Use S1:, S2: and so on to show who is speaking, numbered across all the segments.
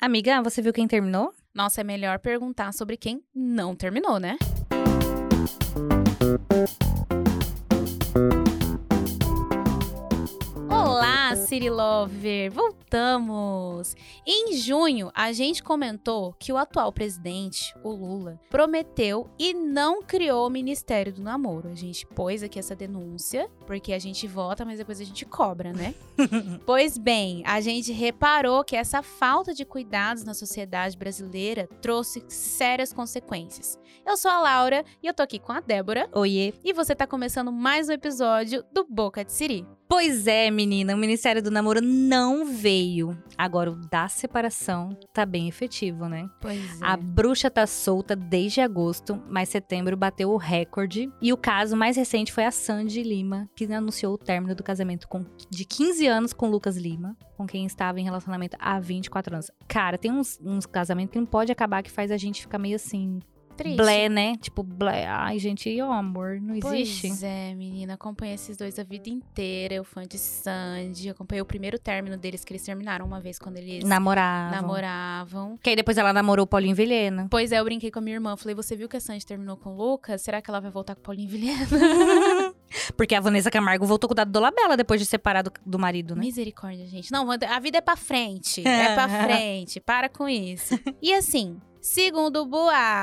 S1: Amiga, você viu quem terminou?
S2: Nossa, é melhor perguntar sobre quem não terminou, né? Olá, City Lover! Voltamos! Em junho, a gente comentou que o atual presidente, o Lula, prometeu e não criou o Ministério do Namoro. A gente pôs aqui essa denúncia, porque a gente vota, mas depois a gente cobra, né? pois bem, a gente reparou que essa falta de cuidados na sociedade brasileira trouxe sérias consequências. Eu sou a Laura e eu tô aqui com a Débora,
S1: Oiê.
S2: e você tá começando mais um episódio do Boca de Siri.
S1: Pois é, menina, o Ministério do Namoro não veio. Agora, o da separação tá bem efetivo, né?
S2: Pois
S1: A bruxa tá solta desde agosto, mas setembro bateu o recorde. E o caso mais recente foi a Sandy Lima, que anunciou o término do casamento com- de 15 anos com Lucas Lima, com quem estava em relacionamento há 24 anos. Cara, tem uns, uns casamentos que não pode acabar que faz a gente ficar meio assim.
S2: Triste.
S1: Blé, né? Tipo, blé. Ai, gente, e o amor, não existe.
S2: Pois é, menina. Acompanhei esses dois a vida inteira. Eu fã de Sandy. Acompanhei o primeiro término deles, que eles terminaram uma vez quando eles
S1: Namorava.
S2: namoravam.
S1: Que aí depois ela namorou o Paulinho Vilhena.
S2: Pois é, eu brinquei com a minha irmã. Falei, você viu que a Sandy terminou com o Lucas? Será que ela vai voltar com o Paulinho Vilhena?
S1: Porque a Vanessa Camargo voltou com o dado Dolabella depois de separar do, do marido, né?
S2: Misericórdia, gente. Não, Wanda, a vida é pra frente. É pra frente. Para com isso. E assim. Segundo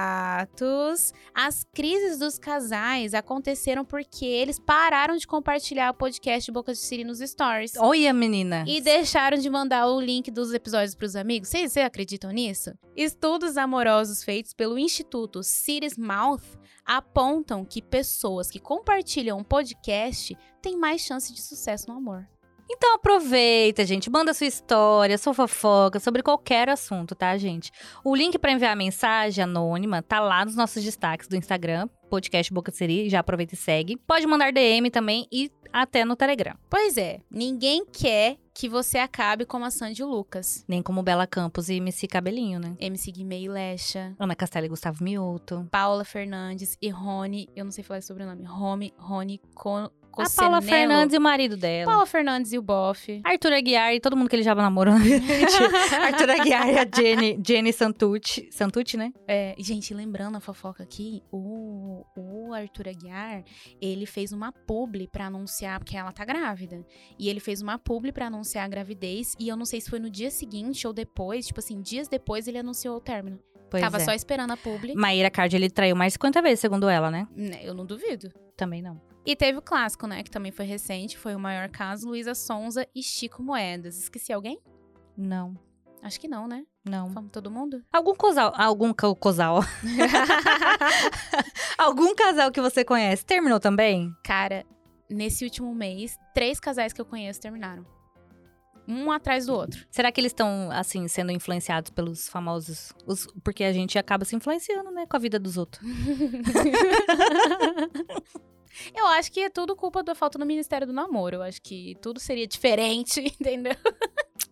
S2: boatos, as crises dos casais aconteceram porque eles pararam de compartilhar o podcast Boca de Siri nos stories.
S1: Olha, menina.
S2: E deixaram de mandar o link dos episódios pros amigos. Vocês vocês acreditam nisso? Estudos amorosos feitos pelo Instituto Cities Mouth apontam que pessoas que compartilham um podcast têm mais chance de sucesso no amor.
S1: Então aproveita, gente. Manda sua história, sua fofoca, sobre qualquer assunto, tá, gente? O link pra enviar a mensagem anônima tá lá nos nossos destaques do Instagram, podcast Boca de Siri. Já aproveita e segue. Pode mandar DM também e até no Telegram.
S2: Pois é, ninguém quer que você acabe como a Sandy Lucas.
S1: Nem como Bela Campos e MC Cabelinho, né?
S2: MC Guimê e Lecha,
S1: Ana Castela e Gustavo Mioto.
S2: Paula Fernandes e Rony, eu não sei falar esse sobrenome, Rony, Rony Co
S1: A Paula
S2: Cocenello.
S1: Fernandes e o marido dela.
S2: Paula Fernandes e o Boff.
S1: Arthur Aguiar e todo mundo que ele já namorou né? na vida. Arthur Aguiar e a Jenny, Jenny Santucci. Santucci, né?
S2: É, gente, lembrando a fofoca aqui, o, o Arthur Aguiar, ele fez uma publi pra anunciar, porque ela tá grávida. E ele fez uma publi pra anunciar a gravidez, e eu não sei se foi no dia seguinte ou depois, tipo assim, dias depois ele anunciou o término.
S1: Pois
S2: Tava
S1: é.
S2: só esperando a publi.
S1: Maíra Cardi, ele traiu mais de 50 vezes, segundo ela, né?
S2: Né, Eu não duvido.
S1: Também não.
S2: E teve o clássico, né, que também foi recente, foi o maior caso, Luísa Sonza e Chico Moedas. Esqueci alguém?
S1: Não,
S2: Acho que não, né?
S1: não.
S2: Vamos todo mundo?
S1: Algum casal, algum ca- casal. algum casal que você conhece terminou também?
S2: Cara, nesse último mês, três casais que eu conheço terminaram. Um atrás do outro.
S1: Será que eles estão, assim, sendo influenciados pelos famosos. os- porque a gente acaba se influenciando, né? Com a vida dos outros.
S2: Eu acho que é tudo culpa da falta no Ministério do Namoro. Eu acho que tudo seria diferente, entendeu?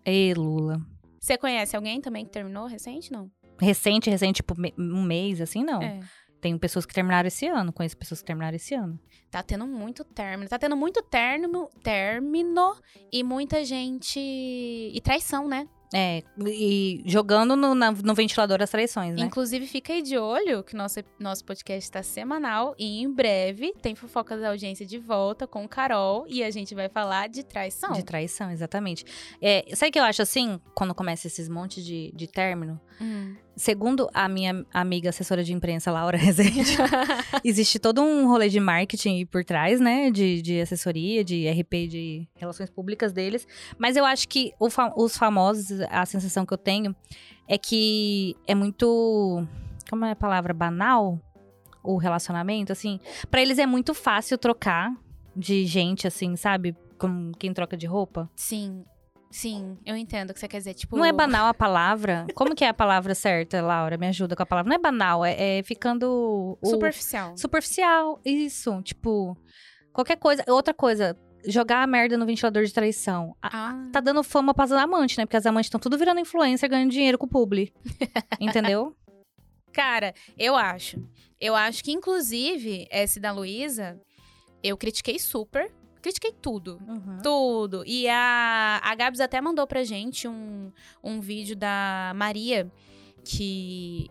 S1: Ei, Lula.
S2: Você conhece alguém também que terminou recente? Não.
S1: Recente, recente, tipo, me- um mês, assim, não.
S2: É.
S1: Tem pessoas que terminaram esse ano, conheço pessoas que terminaram esse ano.
S2: Tá tendo muito término. Tá tendo muito término, término e muita gente. E traição, né?
S1: É, e jogando no, na- no ventilador as traições, né?
S2: Inclusive, fica aí de olho que nosso, nosso podcast está semanal e em breve tem Fofocas da Audiência de volta com Carol e a gente vai falar de traição.
S1: De traição, exatamente. É, sabe o que eu acho assim, quando começa esses montes de, de término?
S2: Hum.
S1: Segundo a minha amiga assessora de imprensa, Laura Rezende, existe todo um rolê de marketing por trás, né? De, de assessoria, de RP, de relações públicas deles. Mas eu acho que o fa- os famosos, a sensação que eu tenho é que é muito. Como é a palavra? Banal? O relacionamento, assim. Pra eles é muito fácil trocar de gente, assim, sabe? Como quem troca de roupa.
S2: Sim, sim, eu entendo o que você quer dizer. Tipo,
S1: Não é banal a palavra? Como que é a palavra certa, Laura? Me ajuda com a palavra. Não é banal, é, é ficando. o-
S2: superficial.
S1: Superficial, isso. Tipo, qualquer coisa. Outra coisa, jogar a merda no ventilador de traição. A-
S2: Ah,
S1: Tá dando fama pras amantes, né? Porque as amantes estão tudo virando influencer, ganhando dinheiro com o publi. Entendeu?
S2: cara, eu acho. Eu acho que, inclusive, esse da Luísa, eu critiquei super. critiquei tudo. Tudo. E a, a Gabs até mandou pra gente um, um vídeo da Maria, que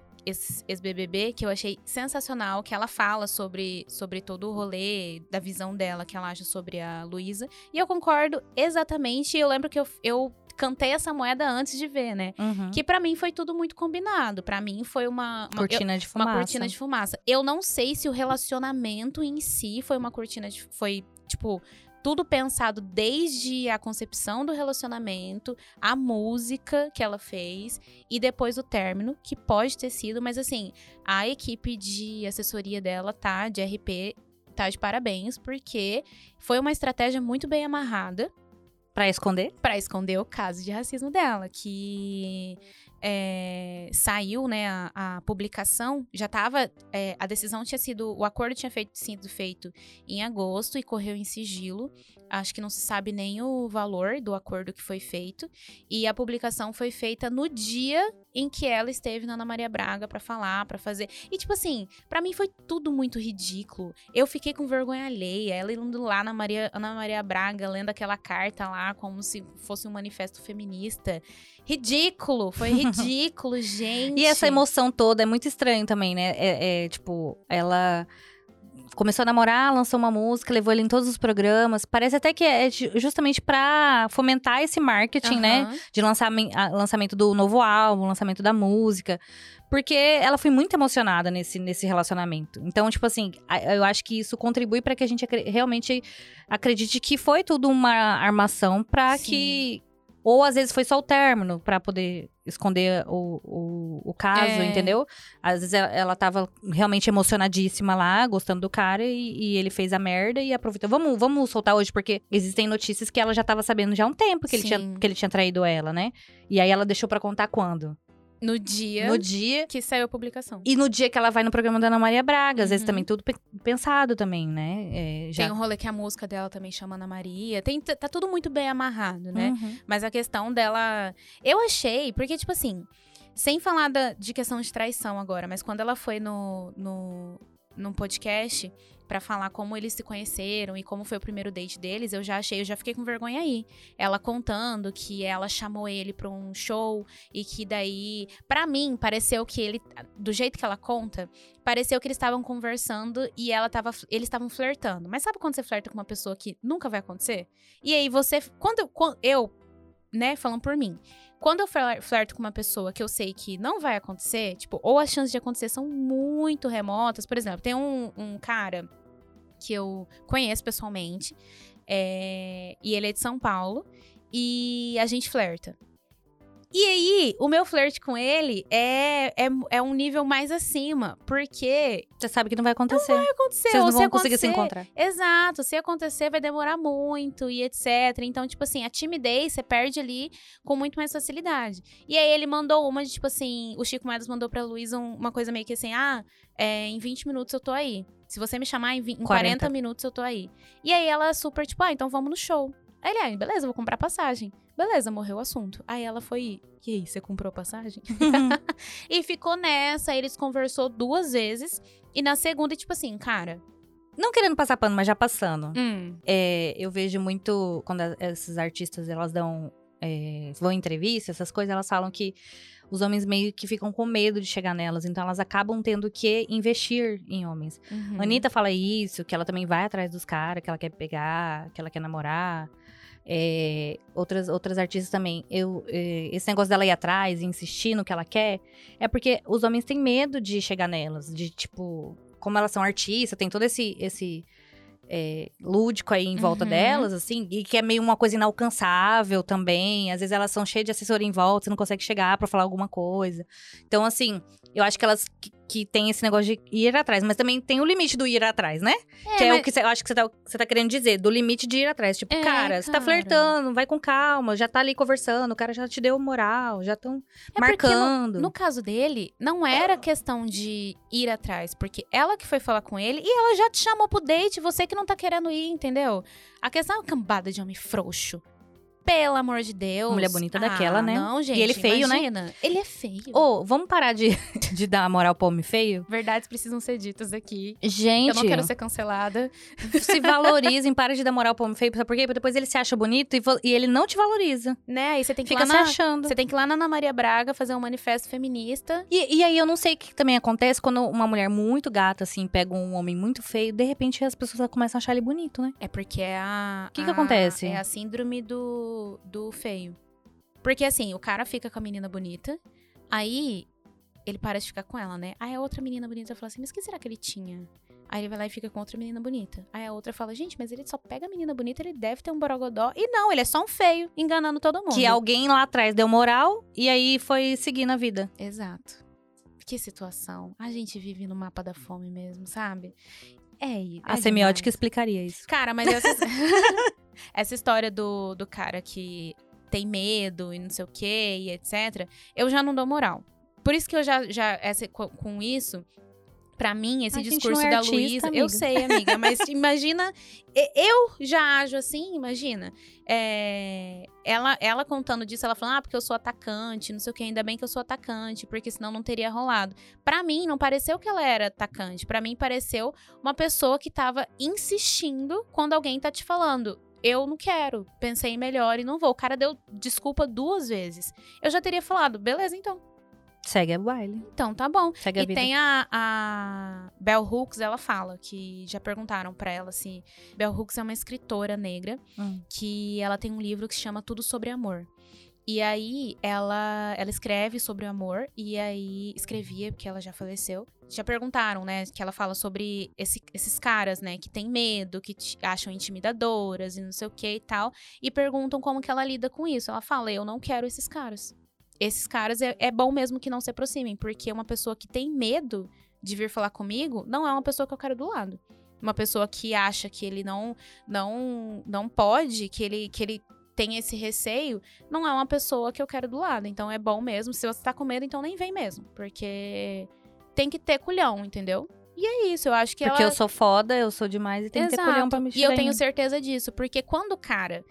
S2: ex-BBB, que eu achei sensacional, que ela fala sobre, sobre todo o rolê, da visão dela, que ela acha sobre a Luísa. E eu concordo exatamente. E eu lembro que eu, eu cantei essa moeda antes de ver, né?
S1: Uhum.
S2: Que pra mim foi tudo muito combinado. Pra mim foi uma. uma eu-
S1: cortina de fumaça.
S2: uma cortina de fumaça. Eu não sei se o relacionamento em si foi uma cortina de. Foi, tipo, tudo pensado desde a concepção do relacionamento, a música que ela fez e depois o término, que pode ter sido, mas assim, a equipe de assessoria dela tá, de RP, tá de parabéns, porque foi uma estratégia muito bem amarrada.
S1: Pra esconder?
S2: Pra esconder o caso de racismo dela, que é, saiu, né, a, a publicação, já tava, é, a decisão tinha sido, o acordo tinha feito- sido feito em agosto e correu em sigilo, acho que não se sabe nem o valor do acordo que foi feito, e a publicação foi feita no dia em que ela esteve na Ana Maria Braga pra falar, pra fazer, e tipo assim, pra mim foi tudo muito ridículo, eu fiquei com vergonha alheia, ela indo lá na Maria, Ana Maria Braga, lendo aquela carta lá, como se fosse um manifesto feminista, ridículo, foi ridículo, gente.
S1: E essa emoção toda é muito estranho também, né? É, é, tipo, ela começou a namorar, lançou uma música, levou ele em todos os programas. Parece até que é ju- justamente pra fomentar esse marketing, né?
S2: Aham.
S1: De lançamen- a- lançamento do novo álbum, lançamento da música. Porque ela foi muito emocionada nesse, nesse relacionamento. Então, tipo assim, a- eu acho que isso contribui pra que a gente acre- realmente acredite que foi tudo uma armação pra
S2: Sim.
S1: que. Ou às vezes foi só o término pra poder esconder o, o, o caso,
S2: É.
S1: entendeu? Às vezes ela, ela tava realmente emocionadíssima lá, gostando do cara, e, e ele fez a merda e aproveitou. Vamos, vamos soltar hoje, porque existem notícias que ela já tava sabendo já há um tempo que ele, tinha,
S2: Sim.
S1: que ele tinha traído ela, né? E aí ela deixou pra contar quando?
S2: No dia
S1: No dia.
S2: que saiu a publicação.
S1: E no dia que ela vai no programa da Ana Maria Braga, às vezes
S2: Uhum.
S1: também tudo pe- pensado também, né? É, já.
S2: Tem um rolê que a música dela também chama Ana Maria. Tem, tá tudo muito bem amarrado, né?
S1: Uhum.
S2: Mas a questão dela. Eu achei, porque, tipo assim, sem falar da- de questão de traição agora, mas quando ela foi no, no, num podcast pra falar como eles se conheceram e como foi o primeiro date deles, eu já achei, eu já fiquei com vergonha aí. Ela contando que ela chamou ele pra um show e que daí, pra mim, pareceu que ele, do jeito que ela conta, pareceu que eles estavam conversando e ela tava, eles estavam flertando. Mas sabe quando você flerta com uma pessoa que nunca vai acontecer? E aí você, quando, quando eu, né, falando por mim. Quando eu fler- flerto com uma pessoa que eu sei que não vai acontecer, tipo, ou as chances de acontecer são muito remotas. Por exemplo, tem um, um cara que eu conheço pessoalmente, é, e ele é de São Paulo, e a gente flerta. E aí, o meu flerte com ele é, é, é um nível mais acima, porque
S1: Você sabe que não vai acontecer.
S2: aconteceu,
S1: Vocês não
S2: se
S1: vão conseguir se
S2: acontecer-
S1: encontrar.
S2: Exato, se acontecer vai demorar muito e etc. Então, tipo assim, a timidez você perde ali com muito mais facilidade. E aí ele mandou uma de tipo assim: o Chico Moedas mandou pra Luísa um- uma coisa meio que assim: ah, é, em 20 minutos eu tô aí. Se você me chamar em, vi- em 40.
S1: 40
S2: minutos eu tô aí. E aí ela super tipo: ah, então vamos no show. Aí ele, ah, beleza, vou comprar passagem. Beleza, morreu o assunto. Aí ela foi, e aí, você comprou a passagem? E ficou nessa, aí eles conversou duas vezes. E na segunda, tipo assim, cara,
S1: não querendo passar pano, mas já passando.
S2: hum,
S1: É, eu vejo muito quando a- esses artistas elas dão é, vão em entrevista, essas coisas, elas falam que os homens meio que ficam com medo de chegar nelas, então elas acabam tendo que investir em homens.
S2: uhum.
S1: Anitta fala isso, que ela também vai atrás dos caras, que ela quer pegar, que ela quer namorar. É, outras, outras artistas também. Eu, é, esse negócio dela ir atrás e insistir no que ela quer é porque os homens têm medo de chegar nelas, de tipo, como elas são artistas, tem todo esse. esse é, lúdico aí em volta
S2: Uhum.
S1: delas, assim, e que é meio uma coisa inalcançável também. Às vezes elas são cheias de assessoria em volta, você não consegue chegar pra falar alguma coisa. Então, assim, eu acho que elas que, que têm esse negócio de ir atrás, mas também tem o limite do ir atrás, né?
S2: É,
S1: que é
S2: mas-
S1: o que cê- eu acho que você tá, você tá querendo dizer, do limite de ir atrás. Tipo,
S2: É,
S1: cara, você tá
S2: cara.
S1: flertando, vai com calma, já tá ali conversando, o cara já te deu moral, já estão
S2: É porque no-
S1: tá marcando.
S2: No caso dele, não era questão de ir atrás, porque ela que foi falar com ele e ela já te chamou pro date, você que não tá querendo ir, entendeu? A questão é uma cambada de homem frouxo. Pelo amor de Deus.
S1: Mulher bonita daquela,
S2: Ah,
S1: né?
S2: Não, gente.
S1: ele feio, né?
S2: imagina. né? Ele é feio.
S1: Ô, vamos parar de, de dar moral pro homem feio?
S2: Verdades precisam ser ditas aqui.
S1: Gente,
S2: Eu não quero ser cancelada.
S1: se valorizem, para de dar moral pro homem feio, sabe por quê? Porque depois ele se acha bonito e, vo- e ele não te valoriza.
S2: Né? Aí você tem que ir
S1: Fica
S2: lá
S1: se
S2: na...
S1: achando.
S2: Você tem que ir lá na Ana Maria Braga fazer um manifesto feminista.
S1: E, e aí eu não sei o que também acontece quando uma mulher muito gata, assim, pega um homem muito feio, de repente as pessoas começam a achar ele bonito, né?
S2: É porque é a.
S1: Que que
S2: a-
S1: acontece?
S2: É a síndrome do, do feio. Porque assim, o cara fica com a menina bonita, aí ele para de ficar com ela, né? Aí a outra menina bonita fala assim: mas que será que ele tinha? Aí ele vai lá e fica com outra menina bonita. Aí a outra fala: gente, mas ele só pega a menina bonita, ele deve ter um borogodó. E não, ele é só um feio, enganando todo mundo.
S1: Que é alguém lá atrás deu moral e aí foi seguir na vida.
S2: Exato. Que situação. A gente vive no mapa da fome mesmo, sabe? É, é
S1: A semiótica
S2: demais.
S1: explicaria isso.
S2: Cara, mas essa, essa história do, do cara que tem medo e não sei o quê e etc., eu já não dou moral. Por isso que eu já, já essa, co- com isso, pra mim, esse
S1: A gente
S2: discurso
S1: não é
S2: da
S1: artista,
S2: Luísa.
S1: amiga.
S2: Eu sei, amiga, mas imagina. e- Eu já ajo assim, imagina. É, ela, ela contando disso, ela falando, ah, porque eu sou atacante, não sei o quê, ainda bem que eu sou atacante, porque senão não teria rolado. Pra mim, não pareceu que ela era atacante. Pra mim, pareceu uma pessoa que tava insistindo quando alguém tá te falando. Eu não quero, pensei melhor e não vou. O cara deu desculpa duas vezes. Eu já teria falado, beleza, então.
S1: Segue a baile.
S2: Então tá bom.
S1: Segue a
S2: E
S1: vida.
S2: tem a, assim. a Bell Hooks, ela fala que já perguntaram pra ela se. Bell Hooks é uma escritora negra
S1: Hum.
S2: que ela tem um livro que se chama Tudo sobre Amor. E aí ela ela escreve sobre o amor e aí escrevia porque ela já faleceu. Já perguntaram, né, que ela fala sobre esse- esses caras, né, que tem medo, que te acham intimidadoras e não sei o que e tal, e perguntam como que ela lida com isso. Ela fala: "Eu não quero esses caras. Esses caras é, é bom mesmo que não se aproximem, porque uma pessoa que tem medo de vir falar comigo não é uma pessoa que eu quero do lado. Uma pessoa que acha que ele não não não pode, que ele, que ele tem esse receio, não é uma pessoa que eu quero do lado. Então é bom mesmo. Se você tá com medo, então nem vem mesmo. Porque tem que ter culhão, entendeu? E é isso, eu acho que
S1: Porque
S2: ela...
S1: eu sou foda, eu sou demais e tem que ter
S2: Exato.
S1: colhão pra me
S2: E eu tenho certeza disso, porque quando o cara.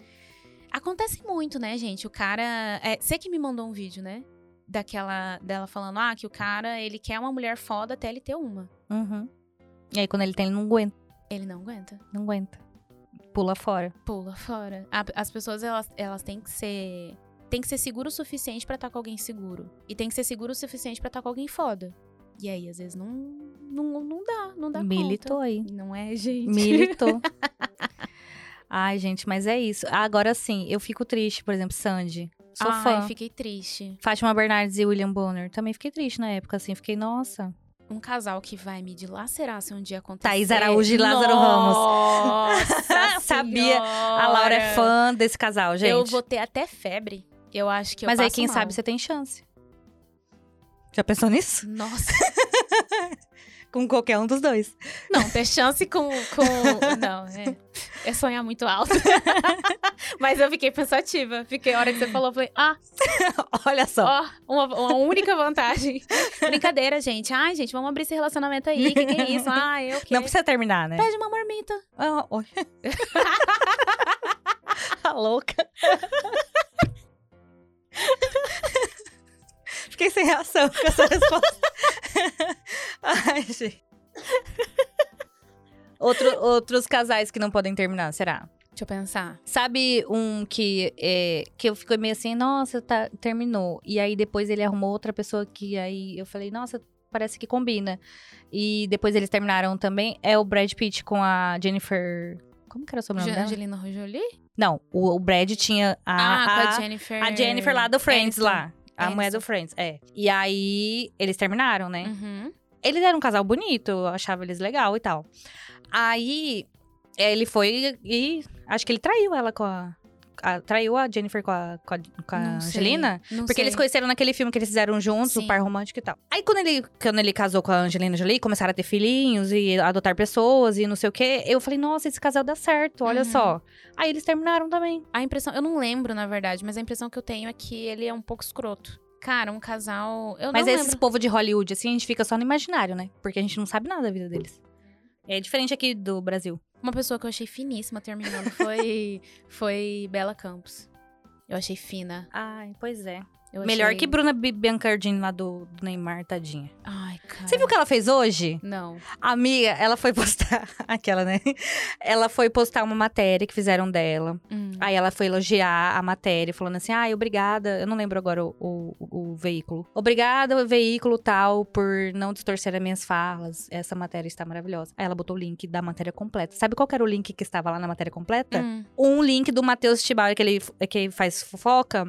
S2: Acontece muito, né, gente? O cara. É, você que me mandou um vídeo, né? Daquela. dela falando, ah, que o cara, ele quer uma mulher foda até ele ter uma.
S1: Uhum. E aí quando ele tem, ele não aguenta.
S2: Ele não aguenta.
S1: Não aguenta. Pula fora.
S2: pula fora. A- as pessoas elas, elas têm que ser tem que ser seguro o suficiente pra estar com alguém seguro e tem que ser seguro o suficiente pra estar com alguém foda. E aí às vezes não não, não dá, não dá
S1: Militou aí.
S2: conta. Não é, gente.
S1: Militou. Ai, gente, mas é isso. Agora sim, eu fico triste, por exemplo, Sandy. Sou
S2: Ai,
S1: fã.
S2: fiquei triste.
S1: Fátima Bernardes e William Bonner. Também fiquei triste na época, assim. Fiquei, nossa.
S2: Um casal que vai me dilacerar se um dia acontecer.
S1: Thaís Araújo e Lázaro Ramos.
S2: Nossa,
S1: Sabia. A Laura é
S2: senhora.
S1: fã desse casal, gente.
S2: Eu vou ter até febre. Eu acho que eu
S1: mas aí,
S2: passo
S1: quem
S2: mal.
S1: sabe, você tem chance. Já pensou nisso?
S2: Nossa,
S1: Com qualquer um dos dois.
S2: Não, ter chance com. com... Não, é. É sonhar muito alto. Mas eu fiquei pensativa. Fiquei, a hora que você falou, eu falei, ah,
S1: Olha só.
S2: ó, uma, uma única vantagem. Brincadeira, gente. Ai, gente, vamos abrir esse relacionamento aí. O que, que é isso? Ah, eu que.
S1: Não precisa terminar, né?
S2: Pede uma marmita.
S1: Ah, olha. A louca. Fiquei sem reação com essa resposta. Ai, gente. Outro- outros casais que não podem terminar, será?
S2: Deixa eu pensar.
S1: Sabe um que, é, que eu fiquei meio assim, nossa, tá, terminou. E aí depois ele arrumou outra pessoa que aí eu falei, nossa, parece que combina. E depois eles terminaram também. É o Brad Pitt com a Jennifer. Como que era o sobrenome
S2: Jo-
S1: dela?
S2: Angelina Jolie?
S1: Não, o, o Brad tinha a,
S2: ah,
S1: a,
S2: com a Jennifer.
S1: a Jennifer lá do Friends
S2: Aniston.
S1: lá. A mulher
S2: Aniston.
S1: do Friends, é. E aí, eles terminaram, né?
S2: Uhum.
S1: Eles eram um casal bonito, eu achava eles legal e tal. Aí é, ele foi e acho que ele traiu ela com a. a- traiu a Jennifer com a, com a, com a
S2: Não sei,
S1: Angelina.
S2: não
S1: Porque
S2: sei.
S1: eles conheceram naquele filme que eles fizeram juntos,
S2: Sim.
S1: o par romântico e tal. Aí quando ele, quando ele casou com a Angelina Jolie, começaram a ter filhinhos e adotar pessoas e não sei o quê. Eu falei, nossa, esse casal dá certo, olha
S2: Uhum.
S1: só. Aí eles terminaram também.
S2: A impressão. Eu não lembro, na verdade, mas a impressão que eu tenho é que ele é um pouco escroto. Cara, um casal. Eu
S1: Mas
S2: não
S1: esses
S2: lembro.
S1: povo de Hollywood, assim, a gente fica só no imaginário, né? Porque a gente não sabe nada da vida deles. É diferente aqui do Brasil.
S2: Uma pessoa que eu achei finíssima terminando foi, foi Bela Campos. Eu achei fina.
S1: Ai, pois é.
S2: Eu
S1: Melhor
S2: achei-
S1: que Bruna Bi- Biancardini lá do, do Neymar, tadinha.
S2: Ai, cara.
S1: Você viu o que ela fez hoje?
S2: Não.
S1: A amiga, ela foi postar. Aquela, né? Ela foi postar uma matéria que fizeram dela.
S2: Hum.
S1: Aí ela foi elogiar a matéria, falando assim: ai, obrigada. Eu não lembro agora o, o- o veículo. Obrigada, veículo tal, por não distorcer as minhas falas. Essa matéria está maravilhosa. Aí ela botou o link da matéria completa. Sabe qual que era o link que estava lá na matéria completa?
S2: Hum.
S1: um link do Matheus Tibau, que ele que faz fofoca,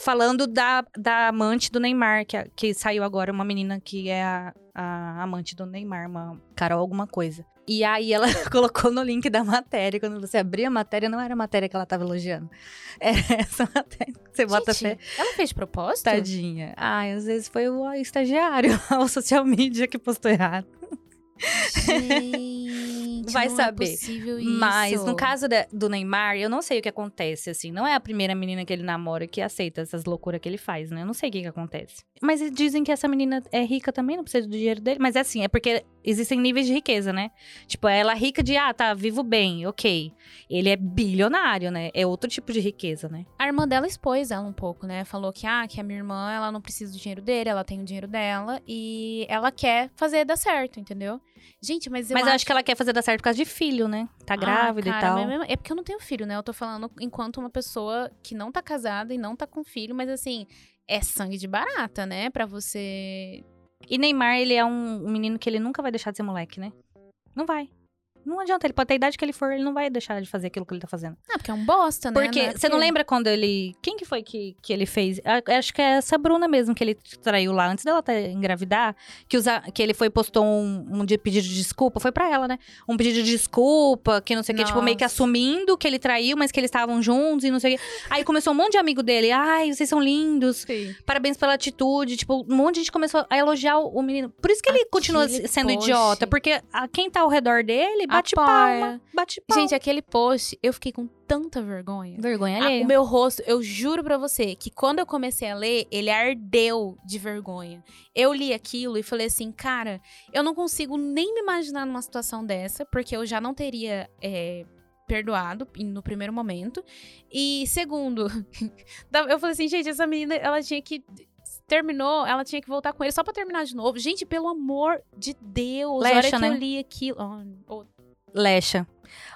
S1: falando da, da amante do Neymar, que, a- que saiu agora uma menina que é a, a amante do Neymar, uma Carol alguma coisa. E aí ela colocou no link da matéria. Quando você abria a matéria, não era a matéria que ela tava elogiando. Era essa matéria. Você bota fé.
S2: Gente, Ela fez de propósito?
S1: Tadinha. Ai, às vezes foi o estagiário, o social media que postou errado.
S2: Gente,
S1: Vai
S2: não
S1: saber.
S2: É possível isso.
S1: Mas no caso da- do Neymar, eu não sei o que acontece, assim. Não é a primeira menina que ele namora que aceita essas loucuras que ele faz, né? Eu não sei o que, que acontece. Mas eles dizem que essa menina é rica também, não precisa do dinheiro dele. Mas é assim, é porque existem níveis de riqueza, né? Tipo, ela é rica de, ah, tá, vivo bem, ok. Ele é bilionário, né? É outro tipo de riqueza, né?
S2: A irmã dela expôs ela um pouco, né? Falou que, ah, que a minha irmã, ela não precisa do dinheiro dele, ela tem o dinheiro dela e ela quer fazer dar certo, entendeu? Gente, mas eu
S1: mas eu acho que ela quer fazer dar certo por causa de filho, né? Tá grávida
S2: Ah,
S1: e
S2: cara,
S1: tal.
S2: mas mesmo- É porque eu não tenho filho, né? Eu tô falando enquanto uma pessoa que não tá casada e não tá com filho, mas assim, é sangue de barata, né? Pra você.
S1: E Neymar, ele é um, um menino que ele nunca vai deixar de ser moleque, né? Não vai. Não adianta, ele pode ter a idade que ele for, ele não vai deixar de fazer aquilo que ele tá fazendo.
S2: Ah, porque é um bosta, né?
S1: Porque,
S2: é
S1: você não lembra quando ele... Quem que foi que, que ele fez? A- Acho que é essa Bruna mesmo que ele traiu lá, antes dela tá- engravidar. Que, os a- que ele foi, postou um, um de pedido de desculpa, foi pra ela, né? Um pedido de desculpa, que não sei o que, tipo, meio que
S2: Nossa.
S1: assumindo que ele traiu, mas que eles estavam juntos e não sei o que. Aí começou um monte de amigo dele, ai, vocês são lindos,
S2: Sim.
S1: parabéns pela atitude. Tipo, um monte de gente começou a elogiar o o menino. Por isso que ele continua
S2: Aquele
S1: sendo
S2: post.
S1: idiota, porque a, quem tá ao redor dele bate palma.
S2: Apoia.
S1: Bate palma.
S2: Gente, aquele post, eu fiquei com tanta vergonha.
S1: vergonha
S2: Ah, o meu rosto, eu juro pra você que quando eu comecei a ler, ele ardeu de vergonha. Eu li aquilo e falei assim, cara, eu não consigo nem me imaginar numa situação dessa, porque eu já não teria é, perdoado em- no primeiro momento. E segundo, da- eu falei assim, gente, essa menina, ela tinha que. Terminou, ela tinha que voltar com ele só pra terminar de novo. Gente, pelo amor de Deus, a hora
S1: Lexa,
S2: que eu
S1: né?
S2: li aquilo. ó, ó,
S1: Lecha.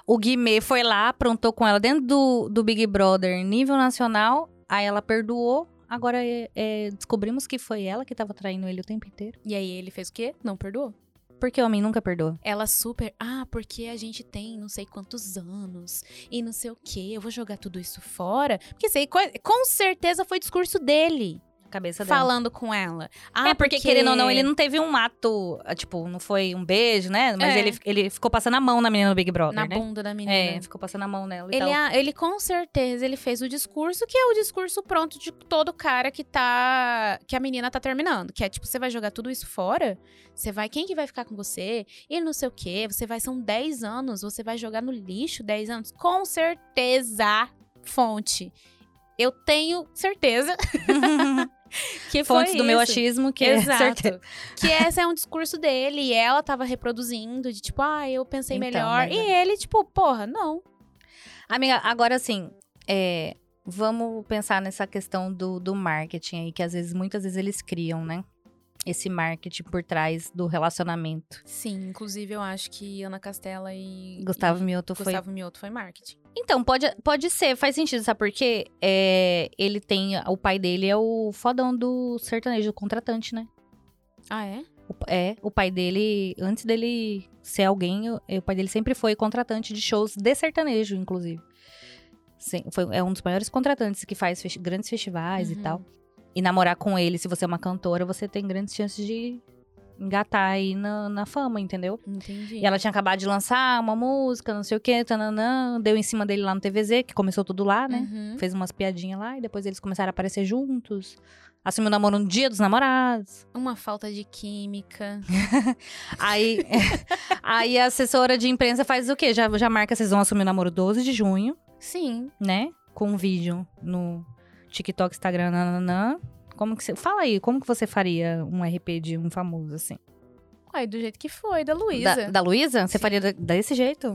S1: O Guimê foi lá, aprontou com ela dentro do, do Big Brother em nível nacional. Aí ela perdoou. Agora é- é, descobrimos que foi ela que tava traindo ele o tempo inteiro.
S2: E aí ele fez o quê? Não perdoou?
S1: Porque homem nunca perdoa.
S2: Ela super, ah, porque a gente tem não sei quantos anos e não sei o que, eu vou jogar tudo isso fora. Porque sei, co- com certeza foi discurso dele
S1: A cabeça dela.
S2: falando com ela. Ah,
S1: é, porque, querendo ou não, ele não teve um ato, ah, tipo, não foi um beijo, né? Mas
S2: É.
S1: ele, ele ficou passando a mão na menina do Big Brother,
S2: na
S1: né?
S2: bunda da menina.
S1: É, ficou passando a mão nela e
S2: Ele,
S1: tal.
S2: ah, ele com certeza ele fez o discurso que é o discurso pronto de todo cara que tá que a menina tá terminando, que é tipo você vai jogar tudo isso fora, você vai quem que vai ficar com você e não sei o quê, você vai são 10 anos, você vai jogar no lixo 10 anos, com certeza fonte. Eu tenho certeza que foi
S1: Fontes do meu
S2: isso.
S1: achismo, que é
S2: Exato.
S1: certeza.
S2: Que esse é um discurso dele e ela tava reproduzindo de tipo, ah, eu pensei
S1: Então,
S2: melhor.
S1: mas
S2: E
S1: é.
S2: ele tipo, porra, não.
S1: Amiga, agora assim, é, vamos pensar nessa questão do, do marketing aí, que às vezes, muitas vezes eles criam, né? Esse marketing por trás do relacionamento.
S2: Sim, inclusive eu acho que Ana Castela e
S1: Gustavo Mioto foi.
S2: Gustavo Mioto foi marketing.
S1: Então, pode, pode ser, faz sentido, sabe por quê? É, ele tem. O pai dele é o fodão do sertanejo, o contratante, né?
S2: Ah, é?
S1: O pa- É, o pai dele, antes dele ser alguém, o o pai dele sempre foi contratante de shows de sertanejo, inclusive. Sem- foi, é um dos maiores contratantes que faz fes- grandes festivais
S2: Uhum.
S1: e tal. E namorar com ele, se você é uma cantora, você tem grandes chances de engatar aí na, na fama, entendeu?
S2: Entendi.
S1: E ela tinha acabado de lançar uma música, não sei o quê, tananã, deu em cima dele lá no TVZ, que começou tudo lá, né?
S2: Uhum.
S1: Fez umas piadinhas lá e depois eles começaram a aparecer juntos. Assumiu o namoro no dia dos namorados.
S2: Uma falta de química.
S1: Aí, aí a assessora de imprensa faz o quê? Já, já marca, vocês vão assumir o namoro 12 de junho,
S2: Sim.
S1: né? Com um vídeo no TikTok, Instagram, nananã. Como que você... Fala aí, como que você faria um RP de um famoso, assim?
S2: Uai, do jeito que foi, da
S1: Da,
S2: Luísa.
S1: da Luísa? Você faria da- desse jeito?
S2: Eu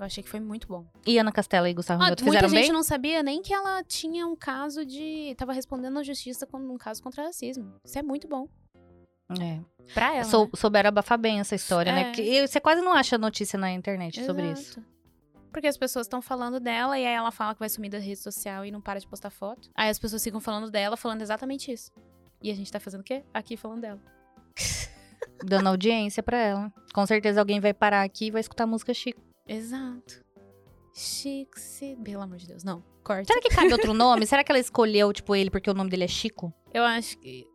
S2: Eu achei que foi muito bom.
S1: E Ana Castela e Gustavo
S2: Ah,
S1: Mioto
S2: muita
S1: fizeram
S2: gente
S1: bem?
S2: não sabia nem que ela tinha um caso de. Tava respondendo à justiça com um caso contra racismo. Isso é muito bom.
S1: É.
S2: Pra ela.
S1: Sou, souberam abafar bem essa história,
S2: É.
S1: né? Que e você quase não acha notícia na internet
S2: né?
S1: sobre isso.
S2: Exato. Porque as pessoas estão falando dela e aí ela fala que vai sumir da rede social e não para de postar foto. Aí as pessoas ficam falando dela, falando exatamente isso. E a gente tá fazendo o quê? Aqui falando dela.
S1: Dando audiência pra ela. Com certeza alguém vai parar aqui e vai escutar a música Chico.
S2: Exato. Chique, se- pelo amor de Deus. Não, corta.
S1: Será que cabe outro nome? Será que ela escolheu, tipo, ele porque o nome dele é Chico?
S2: Eu acho que.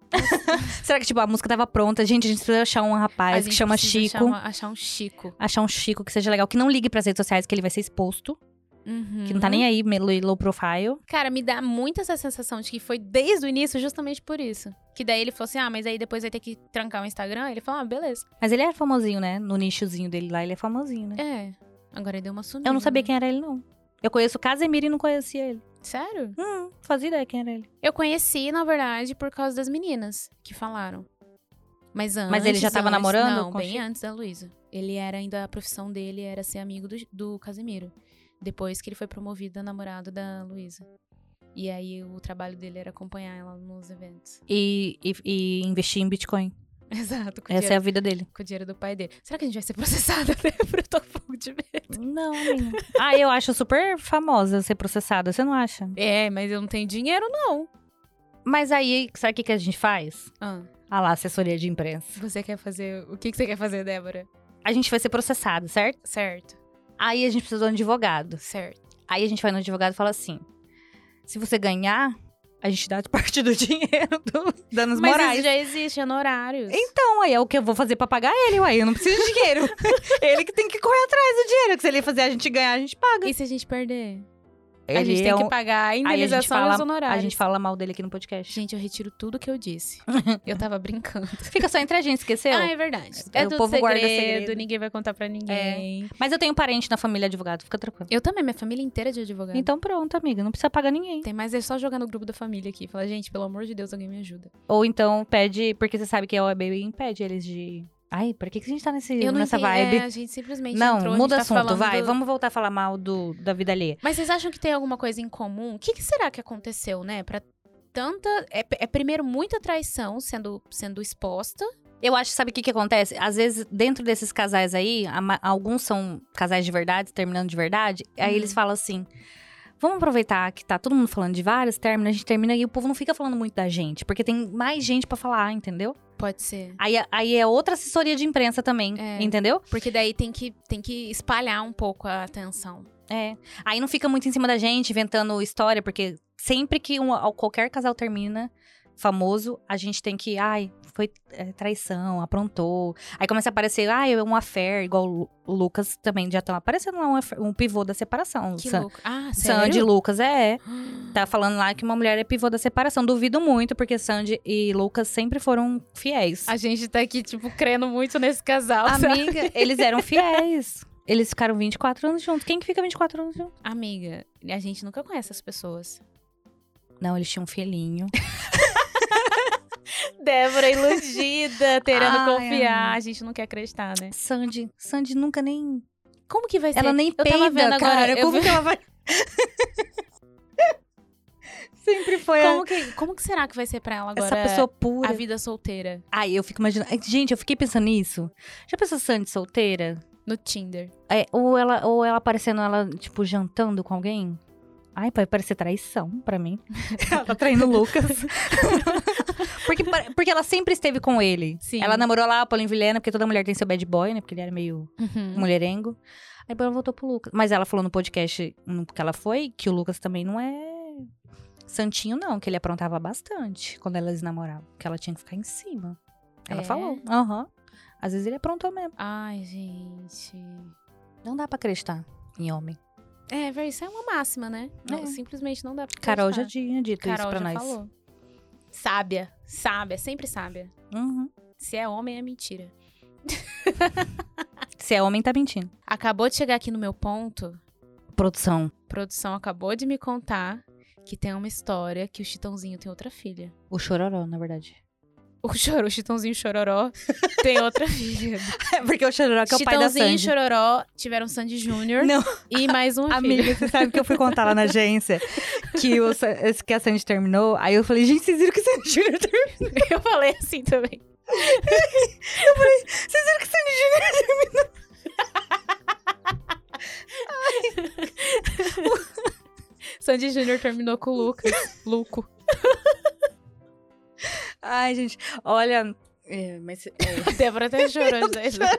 S1: Será que, tipo, a música tava pronta? Gente, a gente precisa achar um
S2: a
S1: rapaz
S2: gente
S1: que chama
S2: precisa
S1: Chico.
S2: Achar, uma- achar um Chico.
S1: Achar um Chico que seja legal, que não ligue pras redes sociais, que ele vai ser exposto. Que não tá nem aí, meio low profile.
S2: Uhum. Cara, me dá muito essa sensação de que foi desde o início justamente por isso. Que daí ele falou assim: ah, mas aí depois vai ter que trancar o Instagram. Ele falou: ah, beleza.
S1: Mas ele é famosinho, né? No nichozinho dele lá, ele é famosinho, né?
S2: É. Agora ele deu uma sumida.
S1: Eu não sabia
S2: né?
S1: quem era ele, não. Eu conheço o Casemiro e não conhecia ele.
S2: Sério?
S1: Hum, fazia ideia quem era ele.
S2: Eu conheci, na verdade, por causa das meninas que falaram. Mas antes.
S1: Mas ele já tava
S2: antes-
S1: namorando
S2: Não,
S1: com o
S2: bem
S1: Chico?
S2: antes da Luísa. Ele era ainda. A profissão dele era ser amigo do, do Casimiro. Depois que ele foi promovido a namorado da Luísa. E aí o trabalho dele era acompanhar ela nos eventos.
S1: E, e, e investir em Bitcoin.
S2: Exato, com, o
S1: Essa é
S2: dinheiro,
S1: a vida dele.
S2: com o dinheiro do pai dele. Será que a gente vai ser processada por tô com um pouco de medo?
S1: Não, menina. Ah, eu acho super famosa ser processada, você não acha?
S2: É, mas eu não tenho dinheiro, não.
S1: Mas aí, sabe o que, que a gente faz?
S2: Ah,
S1: Ah lá, assessoria de imprensa.
S2: você quer fazer. O que, que você quer fazer, Débora?
S1: A gente vai ser processado, certo?
S2: Certo.
S1: Aí a gente precisa de um advogado.
S2: Certo.
S1: Aí a gente vai no advogado e fala assim: se você ganhar, a gente dá parte do dinheiro dos danos
S2: Mas
S1: morais.
S2: isso já existe, é no horários.
S1: Então, aí é o que eu vou fazer pra pagar ele, uai. Eu não preciso de dinheiro. ele que tem que correr atrás do dinheiro. Que se ele fazer a gente ganhar, a gente paga.
S2: E se a gente perder?
S1: Ele
S2: a gente tem
S1: é um-
S2: que pagar a
S1: Aí a gente,
S2: indenização e os
S1: fala, a
S2: honorários.
S1: gente fala mal dele aqui no podcast.
S2: Gente, eu retiro tudo que eu disse. eu tava brincando.
S1: Fica só entre a gente, esqueceu?
S2: Ah, é verdade.
S1: É,
S2: É
S1: o
S2: do
S1: povo
S2: segredo,
S1: guarda segredo. É.
S2: ninguém vai contar pra ninguém.
S1: Mas eu tenho um parente na família advogado, fica tranquilo.
S2: Eu também, minha família inteira é de advogado.
S1: Então pronto, amiga, não precisa pagar ninguém.
S2: Tem mais é só jogar no grupo da família aqui. Falar, gente, pelo amor de Deus, alguém me ajuda.
S1: Ou então pede, porque você sabe que a OAB impede eles de... Ai, pra que, que a gente tá nesse, nessa
S2: entendi-
S1: vibe?
S2: É, a gente simplesmente
S1: não,
S2: entrou, a gente
S1: muda
S2: tá
S1: assunto,
S2: falando
S1: vai.
S2: do-
S1: Vamos voltar a falar mal do, da vida alheia.
S2: Mas vocês acham que tem alguma coisa em comum? O que, que será que aconteceu, né? Pra tanta... É, é primeiro muita traição sendo, sendo exposta.
S1: Eu acho, sabe o que que acontece? Às vezes, dentro desses casais aí, a ma- alguns são casais de verdade, terminando de verdade, aí
S2: Uhum.
S1: eles falam assim: vamos aproveitar que tá todo mundo falando de vários términos, a gente termina e o povo não fica falando muito da gente, porque tem mais gente pra falar, entendeu?
S2: Pode ser.
S1: Aí, aí é outra assessoria de imprensa também,
S2: É.
S1: entendeu?
S2: Porque daí tem que, tem que espalhar um pouco a atenção.
S1: É. Aí não fica muito em cima da gente, inventando história, porque sempre que um, qualquer casal termina famoso, a gente tem que, ai, foi é, traição, aprontou. Aí começa a aparecer, ai, é um affair, igual o Lu- o Lucas também já tá aparecendo lá um, affair- um pivô da separação.
S2: Que
S1: San-
S2: louco. Ah,
S1: Sandy e
S2: sério?
S1: Lucas, é. Tá falando lá que uma mulher é pivô da separação. Duvido muito, porque Sandy e Lucas sempre foram fiéis.
S2: A gente tá aqui, tipo, crendo muito nesse casal. sabe?
S1: Amiga, eles eram fiéis. Eles ficaram 24 anos juntos. Quem que fica 24 anos junto?
S2: Amiga, a gente nunca conhece as pessoas.
S1: Não, eles tinham um filhinho.
S2: Débora iludida,
S1: querendo
S2: querendo
S1: confiar.
S2: confiar. A gente não quer acreditar, né?
S1: Sandy, Sandy nunca nem.
S2: Como que vai ser?
S1: Ela nem
S2: eu
S1: peida,
S2: tava vendo agora.
S1: cara.
S2: eu
S1: Como
S2: vi-
S1: que ela vai. Sempre foi
S2: como, que, como que será que vai ser pra ela agora?
S1: essa pessoa
S2: A
S1: pura.
S2: vida solteira
S1: Ai, eu fico imaginando. Ai, Gente, eu fiquei pensando nisso. Já pensou Sandy solteira?
S2: no Tinder.
S1: É, ou, ela, ou ela aparecendo, ela, tipo, jantando com alguém? Ai, vai parecer traição pra mim. ela tá traindo o Lucas. porque, pare- porque ela sempre esteve com ele.
S2: Sim.
S1: Ela namorou lá a Pauline Vilhena, porque toda mulher tem seu bad boy, né? Porque ele era meio
S2: Uhum.
S1: mulherengo. Aí depois ela voltou pro Lucas. Mas ela falou no podcast no que ela foi que o Lucas também não é santinho, não, que ele aprontava bastante quando elas namoravam, que ela tinha que ficar em cima. Ela
S2: É?
S1: falou. Aham. Às vezes ele aprontou mesmo.
S2: Ai, gente.
S1: Não dá pra acreditar em homem.
S2: É, véi, isso é uma máxima, né? Não,
S1: É.
S2: Simplesmente não dá pra
S1: Carol já
S2: acreditar.
S1: tinha dito isso
S2: Carol
S1: pra
S2: já
S1: nós.
S2: falou. Sábia. Sábia, sempre sábia.
S1: Uhum.
S2: Se é homem, é mentira.
S1: Se é homem, tá mentindo.
S2: Acabou de chegar aqui no meu ponto.
S1: Produção.
S2: A produção acabou de me contar que tem uma história que o Chitãozinho tem outra filha.
S1: O chororó, na verdade.
S2: o, choro, o Chitãozinho e Chororó tem outra filha.
S1: Porque o Chororó que é o pai da
S2: Chitãozinho e
S1: Sandy.
S2: Chororó tiveram Sandy Júnior
S1: Não.
S2: e mais uma filha.
S1: Amiga, você sabe que eu fui contar lá na agência que, o, Sa- esse que a Sandy terminou. Aí eu falei, gente, vocês viram que a Sandy Júnior terminou?
S2: Eu falei assim também.
S1: Vocês viram que é a Sandy Júnior
S2: Sandy Júnior terminou com o Lucas. Luco.
S1: Ai, gente, olha. É, mas.
S2: A Débora tá até chorou. gente. né?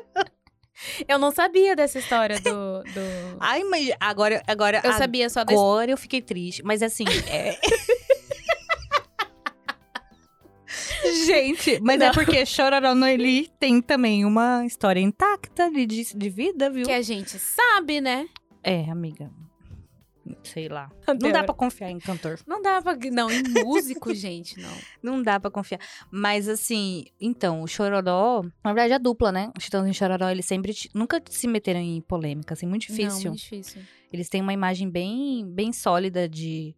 S2: Eu não sabia dessa história do. do...
S1: Ai, mas agora. agora
S2: Eu sabia só desse.
S1: Agora eu fiquei triste. Mas assim. é- Gente, mas é
S2: Não.
S1: porque Chororó Noeli tem também uma história intacta de, de, de vida, viu?
S2: Que é- a gente sabe, né?
S1: É, amiga. Sei lá. Não dá pra confiar em cantor.
S2: Não dá pra. Não, em músico, gente, não.
S1: Não dá pra confiar. Mas assim, então, o Chororó, na verdade, a dupla, né? O Chitãozinho e o Chororó, eles sempre ti- nunca se meteram em polêmica, assim, muito
S2: Não,
S1: difícil.
S2: muito difícil.
S1: Eles têm uma imagem bem, bem sólida de,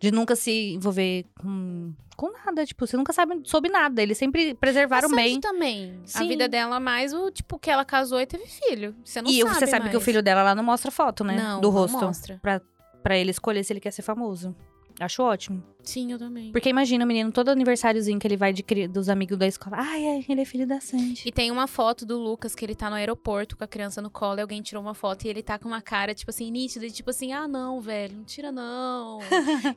S1: de nunca se envolver com, com nada. Tipo, você nunca sabe sobre nada. Eles sempre preservaram
S2: a Sandy
S1: bem.
S2: também. A
S1: Sim.
S2: vida dela mais o tipo que ela casou e teve filho. Você não
S1: e
S2: sabe.
S1: você sabe que o
S2: mais.
S1: filho dela lá não mostra foto, né?
S2: não,
S1: do
S2: não
S1: rosto.
S2: Mostra.
S1: Pra ele escolher se ele quer ser famoso. Acho ótimo.
S2: Sim, eu também.
S1: Porque imagina o menino, todo aniversáriozinho que ele vai de, cri- dos amigos da escola. Ai, ai, ele é filho da Sandy.
S2: E tem uma foto do Lucas que ele tá no aeroporto com a criança no colo e alguém tirou uma foto e ele tá com uma cara, tipo assim, nítida, e tipo assim, ah, não, velho, não tira não.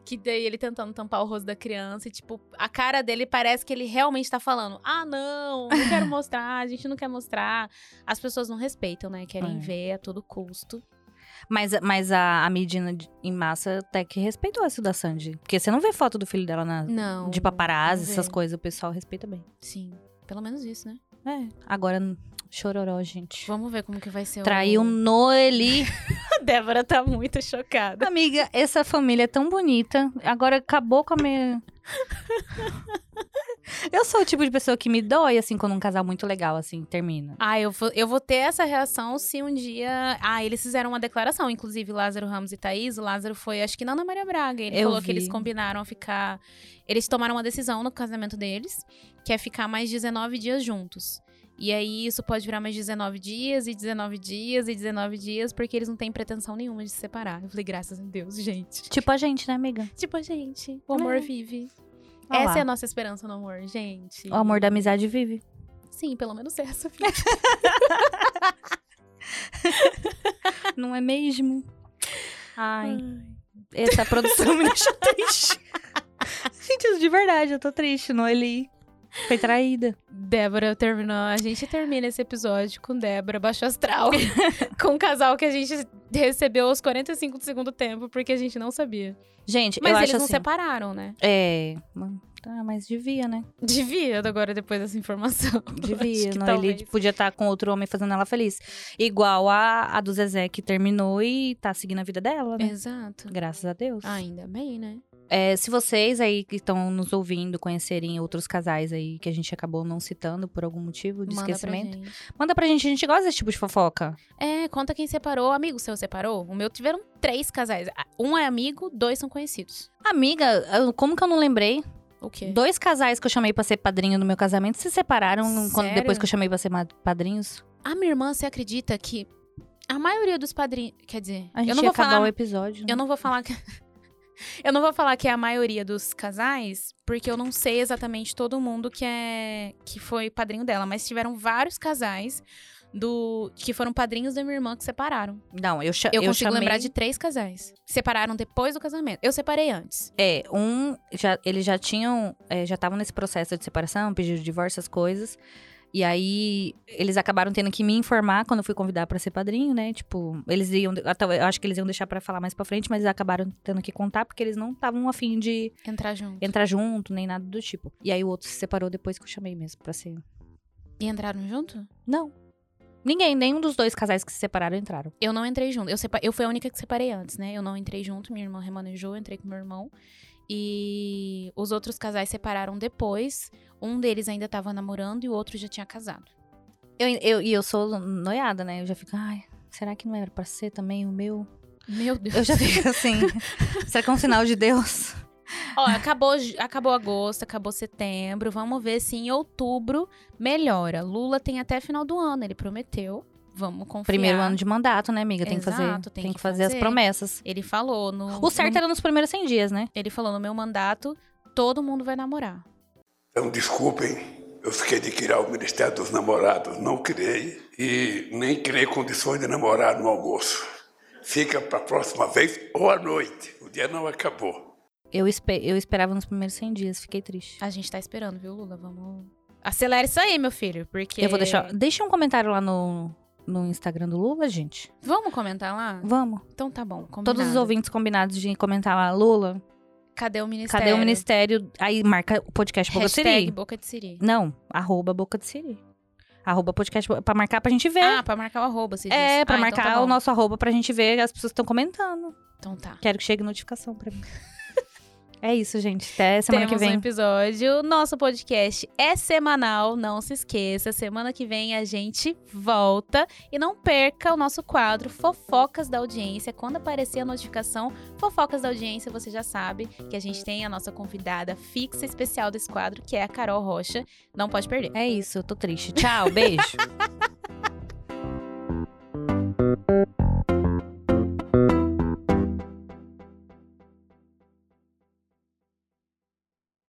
S2: que daí ele tentando tampar o rosto da criança e, tipo, a cara dele parece que ele realmente tá falando, ah, não, não quero mostrar, a gente não quer mostrar. As pessoas não respeitam, né? Querem
S1: É.
S2: ver a todo custo.
S1: Mas, mas a, a Medina de- em massa até que respeitou essa da Sandy. Porque você não vê foto do filho dela na,
S2: Não.
S1: de paparazzi,
S2: não
S1: essas
S2: vê.
S1: coisas. O pessoal respeita bem.
S2: Sim, pelo menos isso, né?
S1: É, agora n- chororó, gente.
S2: Vamos ver como que vai ser
S1: Traiu
S2: o...
S1: Noeli.
S2: A Débora tá muito chocada.
S1: Amiga, essa família é tão bonita. Agora acabou com a minha. Eu sou o tipo de pessoa que me dói, assim, quando um casal muito legal, assim, termina.
S2: Ah, eu vou, eu vou ter essa reação se um dia. Ah, eles fizeram uma declaração, inclusive Lázaro Ramos e Thaís. O Lázaro foi, acho que na Ana Maria Braga. Ele
S1: Eu
S2: falou que
S1: vi.
S2: eles combinaram a ficar. Eles tomaram uma decisão no casamento deles, que é ficar mais 19 dias juntos. E aí isso pode virar mais 19 dias, e 19 dias, e 19 dias, porque eles não têm pretensão nenhuma de se separar. Eu falei, graças a Deus, gente.
S1: Tipo a gente, né, amiga?
S2: Tipo a gente, o amor
S1: É.
S2: vive.
S1: Olha
S2: Essa
S1: lá.
S2: é a nossa esperança no amor, gente.
S1: O amor da amizade vive.
S2: Sim, pelo menos essa, filha.
S1: Não é mesmo? Ai, essa produção me deixa triste. Gente, isso de verdade, eu tô triste. Noeli foi traída.
S2: Débora terminou. A gente termina esse episódio com Débora Baixo Astral. com um casal que a gente recebeu aos 45 do segundo tempo, porque a gente não sabia.
S1: Gente,
S2: Mas
S1: eu
S2: eles
S1: acho
S2: não
S1: assim...
S2: separaram, né?
S1: É... Ah, mas devia, né?
S2: Devia agora, depois dessa informação.
S1: Devia,
S2: Acho que
S1: Noeli
S2: talvez.
S1: podia estar com outro homem fazendo ela feliz. Igual a, a do Zezé, que terminou e tá seguindo a vida dela, né?
S2: Exato.
S1: Graças a Deus.
S2: Ainda bem, né?
S1: É, se vocês aí que estão nos ouvindo conhecerem outros casais aí que a gente acabou não citando por algum motivo de
S2: Manda pra
S1: esquecimento,
S2: gente.
S1: manda pra gente. A gente gosta desse tipo de fofoca.
S2: É, conta quem separou. Amigo seu separou? O meu tiveram três casais. Um é amigo, dois são conhecidos.
S1: Amiga, eu- como que eu não lembrei?
S2: O quê?
S1: Dois casais que eu chamei pra ser padrinho do meu casamento se separaram quando-
S2: Sério?
S1: depois que eu chamei pra ser ma- padrinhos.
S2: A minha irmã, você acredita que a maioria dos padrinhos. Quer dizer,
S1: A gente
S2: eu não
S1: ia
S2: vou
S1: acabar
S2: falar
S1: o episódio.
S2: Eu não vou falar que. eu não vou falar que é a maioria dos casais, porque eu não sei exatamente todo mundo que é que foi padrinho dela, mas tiveram vários casais do que foram padrinhos da minha irmã que separaram.
S1: Não, eu, cha-
S2: Eu, consigo
S1: chamei...
S2: lembrar de três casais. Separaram depois do casamento. Eu separei antes.
S1: É, um, já, eles já tinham, é, já estavam nesse processo de separação, pediram divórcio, essas coisas. E aí, eles acabaram tendo que me informar quando eu fui convidar pra ser padrinho, né? Tipo, eles iam, até- eu acho que eles iam deixar pra falar mais pra frente, mas acabaram tendo que contar porque eles não estavam afim de
S2: Entrar junto.
S1: entrar junto, nem nada do tipo. E aí, o outro se separou depois que eu chamei mesmo pra ser.
S2: E entraram junto?
S1: Não. Ninguém, nenhum dos dois casais que se separaram entraram.
S2: Eu não entrei junto. Eu, sepa- eu fui a única que separei antes, né? Eu não entrei junto, minha irmã remanejou, eu entrei com meu irmão. E os outros casais separaram depois. Um deles ainda tava namorando e o outro já tinha casado.
S1: Eu, eu, e eu sou noiada, né? Eu já fico, ai, será que não era pra ser também o meu?
S2: Meu Deus.
S1: Eu já fico assim. Será que é um sinal de Deus?
S2: Ó, acabou, ju- acabou agosto, acabou setembro. Vamos ver se em outubro melhora. Lula tem até final do ano, ele prometeu. Vamos confiar.
S1: Primeiro ano de mandato, né, amiga? Tem que fazer.
S2: é. Exato,
S1: Tem, que fazer, as promessas.
S2: Ele falou no.
S1: O certo é
S2: no,
S1: era nos primeiros 100 dias, né?
S2: Ele falou no meu mandato, todo mundo vai namorar.
S3: Então, desculpem, eu fiquei de criar o Ministério dos Namorados. Não criei e nem criei condições de namorar no almoço. Fica para a próxima vez ou à noite. O dia não acabou.
S1: Eu, espe- eu esperava nos primeiros 100 dias, fiquei triste.
S2: A gente tá esperando, viu, Lula? Vamos. Acelera isso aí, meu filho, porque.
S1: Eu vou deixar. Deixa um comentário lá no, no Instagram do Lula, gente.
S2: Vamos comentar lá?
S1: Vamos.
S2: Então tá bom. Combinado.
S1: Todos os ouvintes combinados de comentar lá, Lula,
S2: Cadê o ministério?
S1: cadê o ministério? Aí marca o podcast Boca de
S2: Hashtag
S1: Siri.
S2: Boca de Siri.
S1: Não, arroba Boca de Siri. Arroba podcast Bo- pra marcar pra gente ver.
S2: Ah, pra marcar o arroba,
S1: é,
S2: você disse.
S1: pra
S2: Ah, então
S1: marcar
S2: tá bom.
S1: o nosso arroba pra gente ver as pessoas estão comentando.
S2: Então tá.
S1: Quero que chegue notificação pra mim. é isso, gente. Até semana
S2: Temos
S1: que vem.
S2: um episódio. Nosso podcast é semanal, não se esqueça. Semana que vem a gente volta. E não perca o nosso quadro Fofocas da Audiência. Quando aparecer a notificação Fofocas da Audiência, você já sabe que a gente tem a nossa convidada fixa especial desse quadro, que é a Carol Rocha. Não pode perder.
S1: É isso, eu tô triste. Tchau, beijo.